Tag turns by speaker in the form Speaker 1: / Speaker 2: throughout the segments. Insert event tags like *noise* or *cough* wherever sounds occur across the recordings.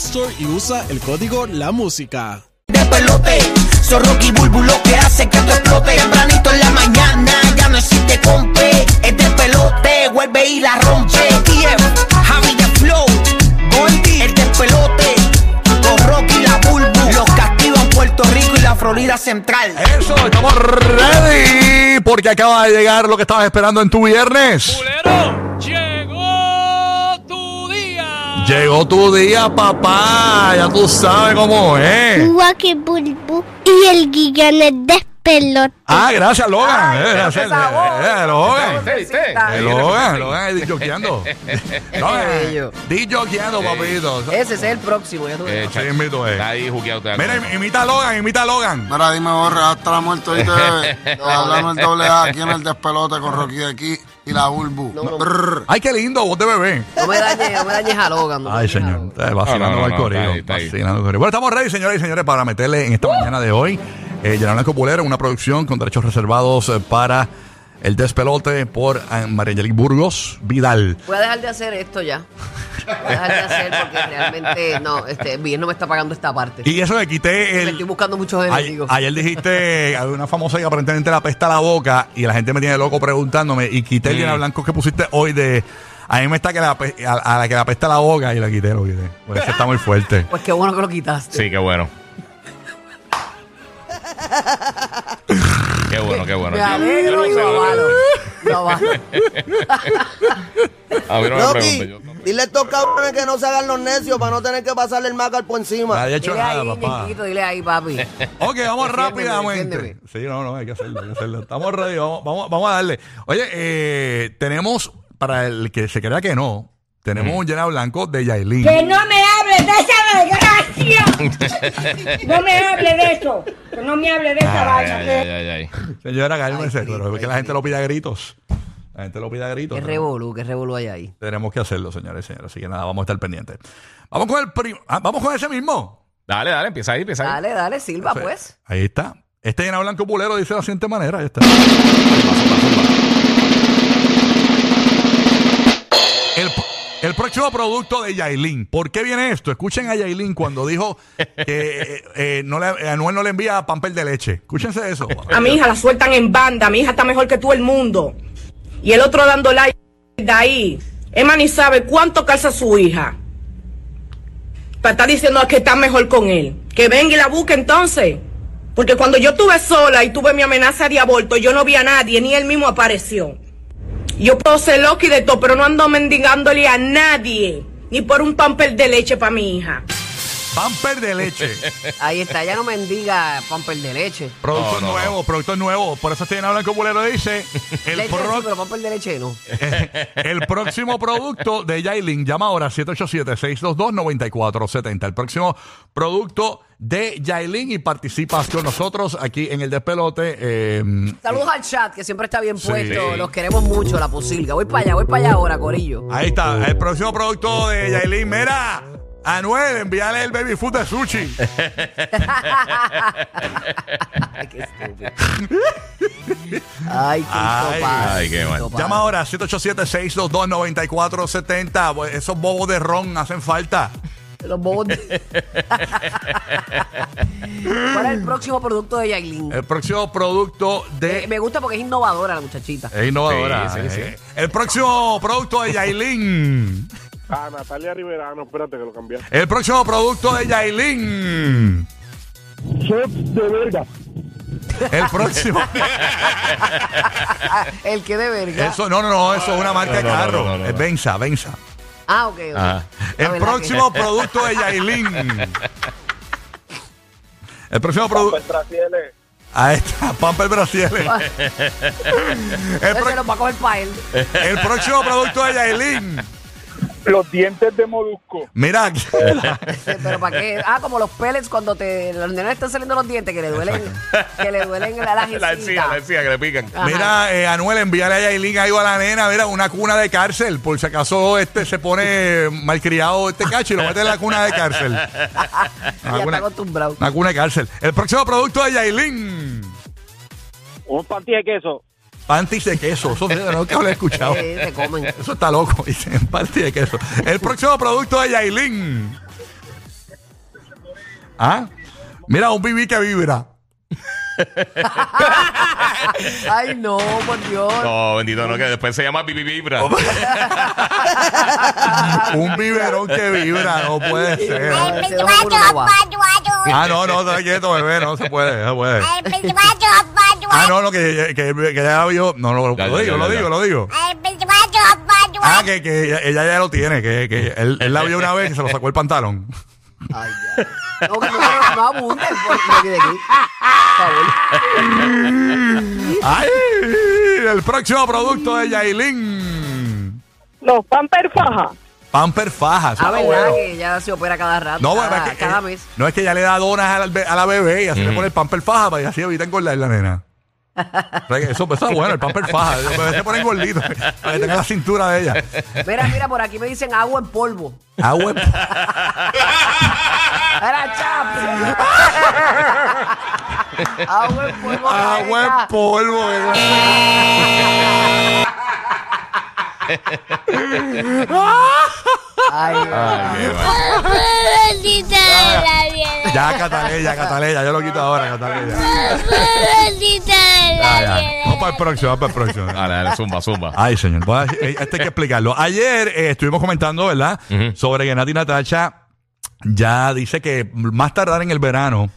Speaker 1: Store y usa el código La Música.
Speaker 2: de pelote. Son Rocky Bulbu lo que hace que tú explote. Tempranito en la mañana, ya no existe compe. Es de pelote, vuelve y la rompe. TF, Javi de Flow, Goldie, el de pelote. Con Rocky la Bulbu, los castigan Puerto Rico y la Florida Central.
Speaker 3: Eso, estamos ready porque acaba de llegar lo que estabas esperando en tu viernes.
Speaker 4: Culero, llegó tu día.
Speaker 3: Llegó tu día, papá. Ya tú sabes cómo es.
Speaker 5: Wacky Bulbu y el gigante despelote.
Speaker 3: Ah, gracias, Logan. Eh, gracias, eh, eh, Logan.
Speaker 6: Sí, sí.
Speaker 3: Eh, Logan, Logan,
Speaker 6: *laughs*
Speaker 3: disjoqueando.
Speaker 6: bello.
Speaker 3: Disjoqueando,
Speaker 6: Sí.
Speaker 3: papito.
Speaker 6: Ese es el próximo, ya tú
Speaker 4: Eh,
Speaker 6: ves.
Speaker 3: Así mismito es.
Speaker 4: Está ahí juqueado. está
Speaker 3: Mira, im- imita a Logan, imita a Logan.
Speaker 7: Mira, dime, borra, hasta la muerte hoy te bebe. Te hablamos el doble A aquí en el despelote con Rocky de aquí y la Bulbu.
Speaker 6: No, no.
Speaker 7: Brr.
Speaker 3: Ay, qué lindo, vos de bebé.
Speaker 6: No me dañes, no me dañes a Logan. no me
Speaker 3: Ay,
Speaker 6: dañes a
Speaker 3: señor.
Speaker 6: Logan.
Speaker 3: Está vacilando
Speaker 4: No, no,
Speaker 3: al
Speaker 4: no,
Speaker 3: corillo.
Speaker 4: está ahí, está ahí.
Speaker 3: Vacilando al corillo. Bueno, estamos ready, señoras y señores, para meterle en esta
Speaker 6: Uh.
Speaker 3: mañana de hoy. Eh, Gerardo Copulero, una producción con derechos reservados eh, para el despelote por eh, María Angelique Burgos Vidal.
Speaker 6: Voy a dejar de hacer esto ya. Voy a dejar de hacer porque realmente no, este, bien no me está pagando esta parte.
Speaker 3: Y eso le quité
Speaker 6: me
Speaker 3: el.
Speaker 6: estoy buscando muchos
Speaker 3: Ay-
Speaker 6: enemigos.
Speaker 3: ayer
Speaker 6: *laughs*
Speaker 3: dijiste a una famosa que aparentemente la pesta la boca y la gente me tiene loco preguntándome y quité el dinero blanco que pusiste hoy de a mí me está que la pe- a, a la que la pesta la boca y la quité, lo quité. Por eso está muy
Speaker 6: *laughs*
Speaker 3: fuerte.
Speaker 6: Pues qué bueno que lo quitaste.
Speaker 4: Sí, qué bueno. qué bueno, qué bueno.
Speaker 6: Me
Speaker 4: Yo- yo
Speaker 6: alegro
Speaker 4: no
Speaker 6: y
Speaker 4: sé,
Speaker 3: *laughs*
Speaker 6: lo avalo. Lo avalo.
Speaker 4: A mí no me
Speaker 8: Rocky,
Speaker 4: preguntes. yo no-
Speaker 8: dile a estos cabrones que no se hagan los necios para no tener que pasarle el macar por encima.
Speaker 3: Nadie ha hecho
Speaker 6: Dile
Speaker 3: nada,
Speaker 6: ahí,
Speaker 3: papá.
Speaker 6: Ñequito, dile ahí, papi.
Speaker 3: Ok, vamos
Speaker 6: Defiéndeme,
Speaker 3: rápidamente.
Speaker 6: defiéndeme.
Speaker 3: Sí, no, no, hay que hacerlo, hay que hacerlo. Estamos ready, vamos, vamos, vamos a darle. Oye, eh, tenemos, para el que se crea que no,
Speaker 6: Mm.
Speaker 3: tenemos un llena blanco de Yailin.
Speaker 9: Que no me hable de
Speaker 3: *laughs*
Speaker 9: esa desgracia. No me hable de eso. Que no me hable de esa
Speaker 4: Ay,
Speaker 9: vaina.
Speaker 3: Ah,
Speaker 4: ay,
Speaker 9: que-
Speaker 4: ay, ay, ay.
Speaker 3: Señora, cálmese,
Speaker 6: grito,
Speaker 3: pero es que
Speaker 6: ay,
Speaker 3: la gente lo pida a gritos. La gente lo pida a gritos.
Speaker 6: Qué
Speaker 3: Tenemos-
Speaker 6: revolú, qué revolú hay ahí.
Speaker 3: Tenemos que hacerlo, señores y señores. Así que nada, vamos a estar pendientes. Vamos con el prim- ah, vamos con ese mismo.
Speaker 4: Dale, dale, empieza ahí, empieza ahí.
Speaker 6: Dale, dale, Silva,
Speaker 3: Sí.
Speaker 6: pues.
Speaker 3: Ahí está. Este llena blanco pulero dice de la siguiente manera. Ahí está. El, pro- el próximo producto de Yailin. ¿Por qué viene esto? Escuchen a Yailin cuando dijo que eh, eh, no le- Anuel no le envía pamper de leche. Escúchense eso.
Speaker 9: A mi hija la sueltan en banda. Mi hija está mejor que todo el mundo. Y el otro dando like de ahí. Emma ni sabe cuánto calza su hija. Para estar diciendo que está mejor con él. Que venga y la busque entonces. Porque cuando yo estuve sola y tuve mi amenaza de aborto, yo no vi a nadie, ni él mismo apareció. Yo puedo ser loca y de todo, pero no ando mendigándole a nadie. Ni por un pamper de leche para mi hija.
Speaker 3: Pamper de leche.
Speaker 6: Ahí está, ya no mendiga pamper de leche.
Speaker 3: Producto
Speaker 4: No, no, no.
Speaker 3: nuevo, producto nuevo. Por eso este llena blanco pulero dice el,
Speaker 6: Leche sí,
Speaker 3: pro-
Speaker 6: pero pamper de leche no.
Speaker 3: el próximo producto de Yailin. Llama ahora 787-622-9470. El próximo producto de Yailin y participas con nosotros aquí en el despelote. eh,
Speaker 6: Saludos al chat, que siempre está bien
Speaker 3: Sí.
Speaker 6: puesto. Los queremos mucho, la posilga. Voy para allá, voy para allá ahora, Corillo.
Speaker 3: ahí está, el próximo producto de Yailin. Mira, Anuel, envíale el baby food de sushi.
Speaker 6: Ay, qué estúpido. Ay, qué
Speaker 3: Ay,
Speaker 4: ay, qué mal.
Speaker 3: Llama ahora 787-622-9470. Pues Esos bobos de ron hacen falta.
Speaker 6: Los bobos. de- ¿Cuál es el próximo producto de Yailin?
Speaker 3: El próximo producto de
Speaker 6: Eh, me gusta porque es innovadora la muchachita.
Speaker 3: Es innovadora.
Speaker 4: Sí, sí, sí.
Speaker 3: eh. El próximo producto de Yailin.
Speaker 10: Ah, Natalia Rivera, Ah, no, espérate que lo cambiaste.
Speaker 3: El próximo producto de Yailin.
Speaker 10: Chips de verga.
Speaker 3: El
Speaker 4: *laughs*
Speaker 3: próximo.
Speaker 6: Ah, el que de verga.
Speaker 3: Eso, no, no, no, eso es una marca de
Speaker 4: No, no, no,
Speaker 3: carro.
Speaker 4: no, no, no.
Speaker 3: Es Benza, Benza.
Speaker 6: Ah, ok. ok.
Speaker 4: Ajá.
Speaker 6: La
Speaker 3: El
Speaker 6: verdad
Speaker 3: próximo producto de Yailin. El próximo producto.
Speaker 10: Trasieles.
Speaker 3: Ahí está, Pamper
Speaker 4: *laughs*
Speaker 3: Brasil. El,
Speaker 6: Entonces
Speaker 3: pro-
Speaker 6: se los va a coger para él.
Speaker 3: el próximo producto de Yailin.
Speaker 10: Los dientes de molusco.
Speaker 3: Mira, aquí- *laughs*
Speaker 6: Pero para qué? Ah, como los pellets cuando te los nenes están saliendo los dientes que le duelen, que le duelen la, las
Speaker 4: La encía, la
Speaker 6: encías.
Speaker 4: encía que le pican.
Speaker 6: Ajá.
Speaker 3: mira, eh, Anuel, envíale a Yailin ahí a la nena, mira, una cuna de cárcel, por si acaso este se pone malcriado este cacho y lo mete en la cuna de cárcel.
Speaker 6: Ya está acostumbrado.
Speaker 3: Una cuna de cárcel. El próximo producto de Yailin.
Speaker 10: Un panty de queso.
Speaker 3: Panties de queso. Eso no que lo he escuchado.
Speaker 6: Sí, Eh, se comen.
Speaker 3: *laughs* Eso está loco. Dicen panties de queso. El próximo producto de Yailin. ¿Ah? Mira, un bibí que vibra.
Speaker 6: Ay, no, por Dios.
Speaker 4: No, bendito, no, que después se llama Bibi Vibra.
Speaker 3: Un biberón que vibra. No puede ser.
Speaker 6: No.
Speaker 5: El pintuacho, apañuacho.
Speaker 3: Ah, no, no, está quieto, bebé. No se puede, no se puede.
Speaker 5: El pintuacho,
Speaker 3: Ah,
Speaker 5: apañuacho.
Speaker 3: no, no, que, que, que ya vio. No, no, lo
Speaker 4: Ya, ya,
Speaker 3: digo,
Speaker 4: ya,
Speaker 3: lo
Speaker 4: ya.
Speaker 3: digo, lo digo.
Speaker 5: El pintuacho,
Speaker 3: Ah,
Speaker 5: apañuacho.
Speaker 3: que, que ella, ella ya lo tiene, que, que él, él la vio una vez y se lo sacó el pantalón.
Speaker 6: Ay, ya. No, que no, no, no abunden, por de aquí.
Speaker 3: ¡Ay! El próximo producto de Yailin.
Speaker 9: Los pamper faja.
Speaker 3: Pamper faja. eso
Speaker 6: Ah,
Speaker 3: está
Speaker 6: verdad
Speaker 3: bueno.
Speaker 6: que ya se opera cada rato,
Speaker 3: No, bueno,
Speaker 6: cada,
Speaker 3: es que,
Speaker 6: cada
Speaker 3: eh,
Speaker 6: mes.
Speaker 3: no es que ya le da donas a la, be- a la bebé y así le pone el pamper faja para que así evita engordar la
Speaker 6: *laughs*
Speaker 3: nena. O sea, que eso pues, está bueno, el pamper faja. Se pone gordito para que tenga la cintura de ella.
Speaker 6: Mira, mira, por aquí me dicen agua en polvo.
Speaker 3: Agua.
Speaker 6: Era
Speaker 3: *laughs*
Speaker 6: chap. agua en polvo.
Speaker 3: Agua en
Speaker 6: Rebeca.
Speaker 3: polvo. ¿verdad?
Speaker 6: Ay,
Speaker 4: Ay, qué va.
Speaker 5: Bendita de la Virgen.
Speaker 3: Ah, Ya, Cataleya, Cataleya, yo lo quito ahora, Cataleya.
Speaker 5: Bendita de
Speaker 3: Ah, Ya,
Speaker 5: la
Speaker 3: ya.
Speaker 5: Virgen.
Speaker 3: Vamos para el próximo, vamos para el próximo.
Speaker 4: Dale, dale,
Speaker 3: *laughs*
Speaker 4: zumba, zumba.
Speaker 3: Ay, señor, voy a- eh, esto hay que explicarlo. Ayer eh, estuvimos comentando, ¿verdad?
Speaker 4: Ujú.
Speaker 3: Sobre que Nati Natacha ya dice que más tardar en el verano,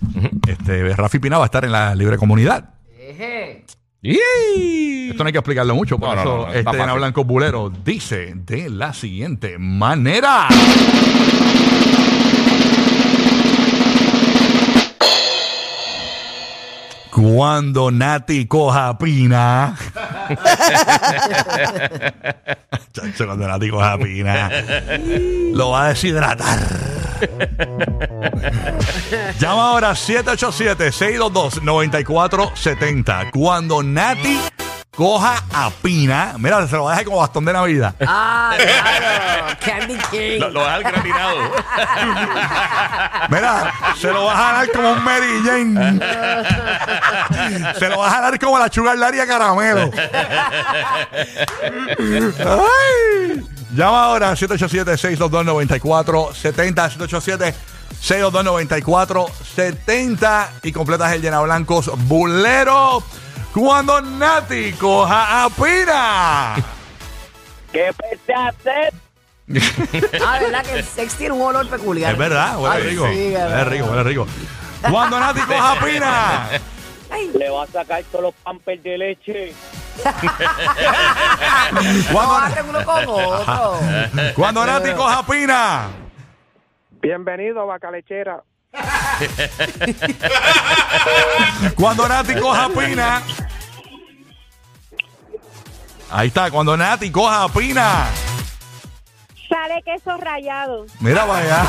Speaker 3: este, Rafi Pina va a estar en la libre comunidad.
Speaker 6: Eje.
Speaker 3: Esto no hay que explicarlo mucho, por
Speaker 4: No, no,
Speaker 3: eso
Speaker 4: no, no, está
Speaker 3: este
Speaker 4: fácil.
Speaker 3: Ana Blanco Bulero dice de la siguiente manera. Cuando Nati coja
Speaker 4: *laughs*
Speaker 3: pina. Chacho, cuando Nati coja pina. Lo va a deshidratar. Llama ahora 787-622-9470. Cuando Nati coja a Pina, mira, se lo deja como bastón de Navidad.
Speaker 6: Ah, claro. Candy King.
Speaker 4: Lo, lo vas al gratinado.
Speaker 3: Mira, se lo va a jalar como un Mary Jane. Se lo va a jalar como la Sugar Larry a caramelo. Ay. Llama ahora 787-622-9470. 787-622-9470. Y completas el llena blancos bulero. Cuando Nati coja a Pina.
Speaker 10: ¿Qué pensaste?
Speaker 6: Ah, verdad que el sex tiene un olor peculiar.
Speaker 3: Es verdad, huele
Speaker 6: Ay,
Speaker 3: rico.
Speaker 6: sí,
Speaker 3: huele
Speaker 6: verdad.
Speaker 3: rico, huele rico. Cuando Nati coja a
Speaker 6: *laughs*
Speaker 3: Pina.
Speaker 10: Le va a sacar todos los pampers de leche.
Speaker 6: No, pues. abre uno con otro.
Speaker 3: Cuando Nati coja pina.
Speaker 10: Bienvenido, vaca lechera.
Speaker 3: Cuando Nati coja pina. Ahí está, cuando Nati coja pina.
Speaker 5: Sale queso rayado.
Speaker 3: Mira vaya.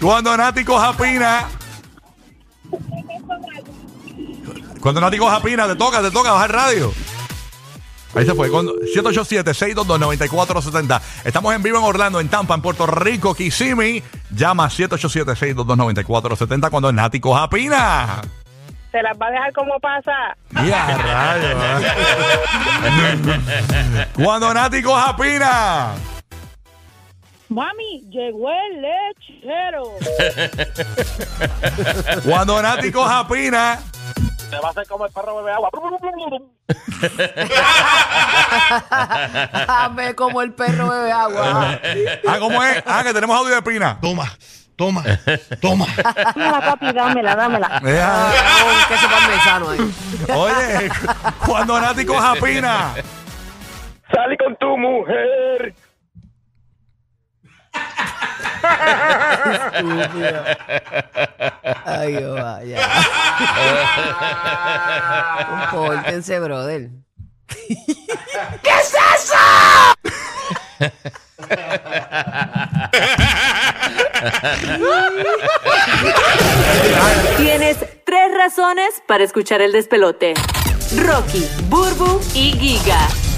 Speaker 3: cuando Nati coja pina. Cuando Nati coja pina, te toca, te toca, baja el radio. Ahí se fue. Cuando- 787-622-9470. Estamos en vivo en Orlando, en Tampa, en Puerto Rico, Kissimmee. Llama 787-622-9470 cuando Nati coja pina.
Speaker 9: Se las va a dejar como pasa.
Speaker 3: Ya,
Speaker 9: *laughs*
Speaker 3: rayos. cuando Nati coja pina.
Speaker 9: Mami, llegó el lechero.
Speaker 3: Cuando Nati coja pina.
Speaker 10: Le va a hacer como el perro bebe agua.
Speaker 6: Dame como el perro bebe agua.
Speaker 3: *laughs* Ah, ¿cómo es? Ah, que tenemos audio de Pina.
Speaker 11: Toma, toma, toma.
Speaker 9: Dámela, papi, dámela, dámela.
Speaker 3: Eh,
Speaker 6: Ah,
Speaker 3: ah.
Speaker 6: un queso parmesano ahí.
Speaker 3: Oye, cuando Nati coja Pina.
Speaker 10: Salí con tu mujer.
Speaker 6: Ay, oh, vaya. Compórtense, brother. Tienes tres razones para escuchar el despelote. Rocky, Burbu y Giga.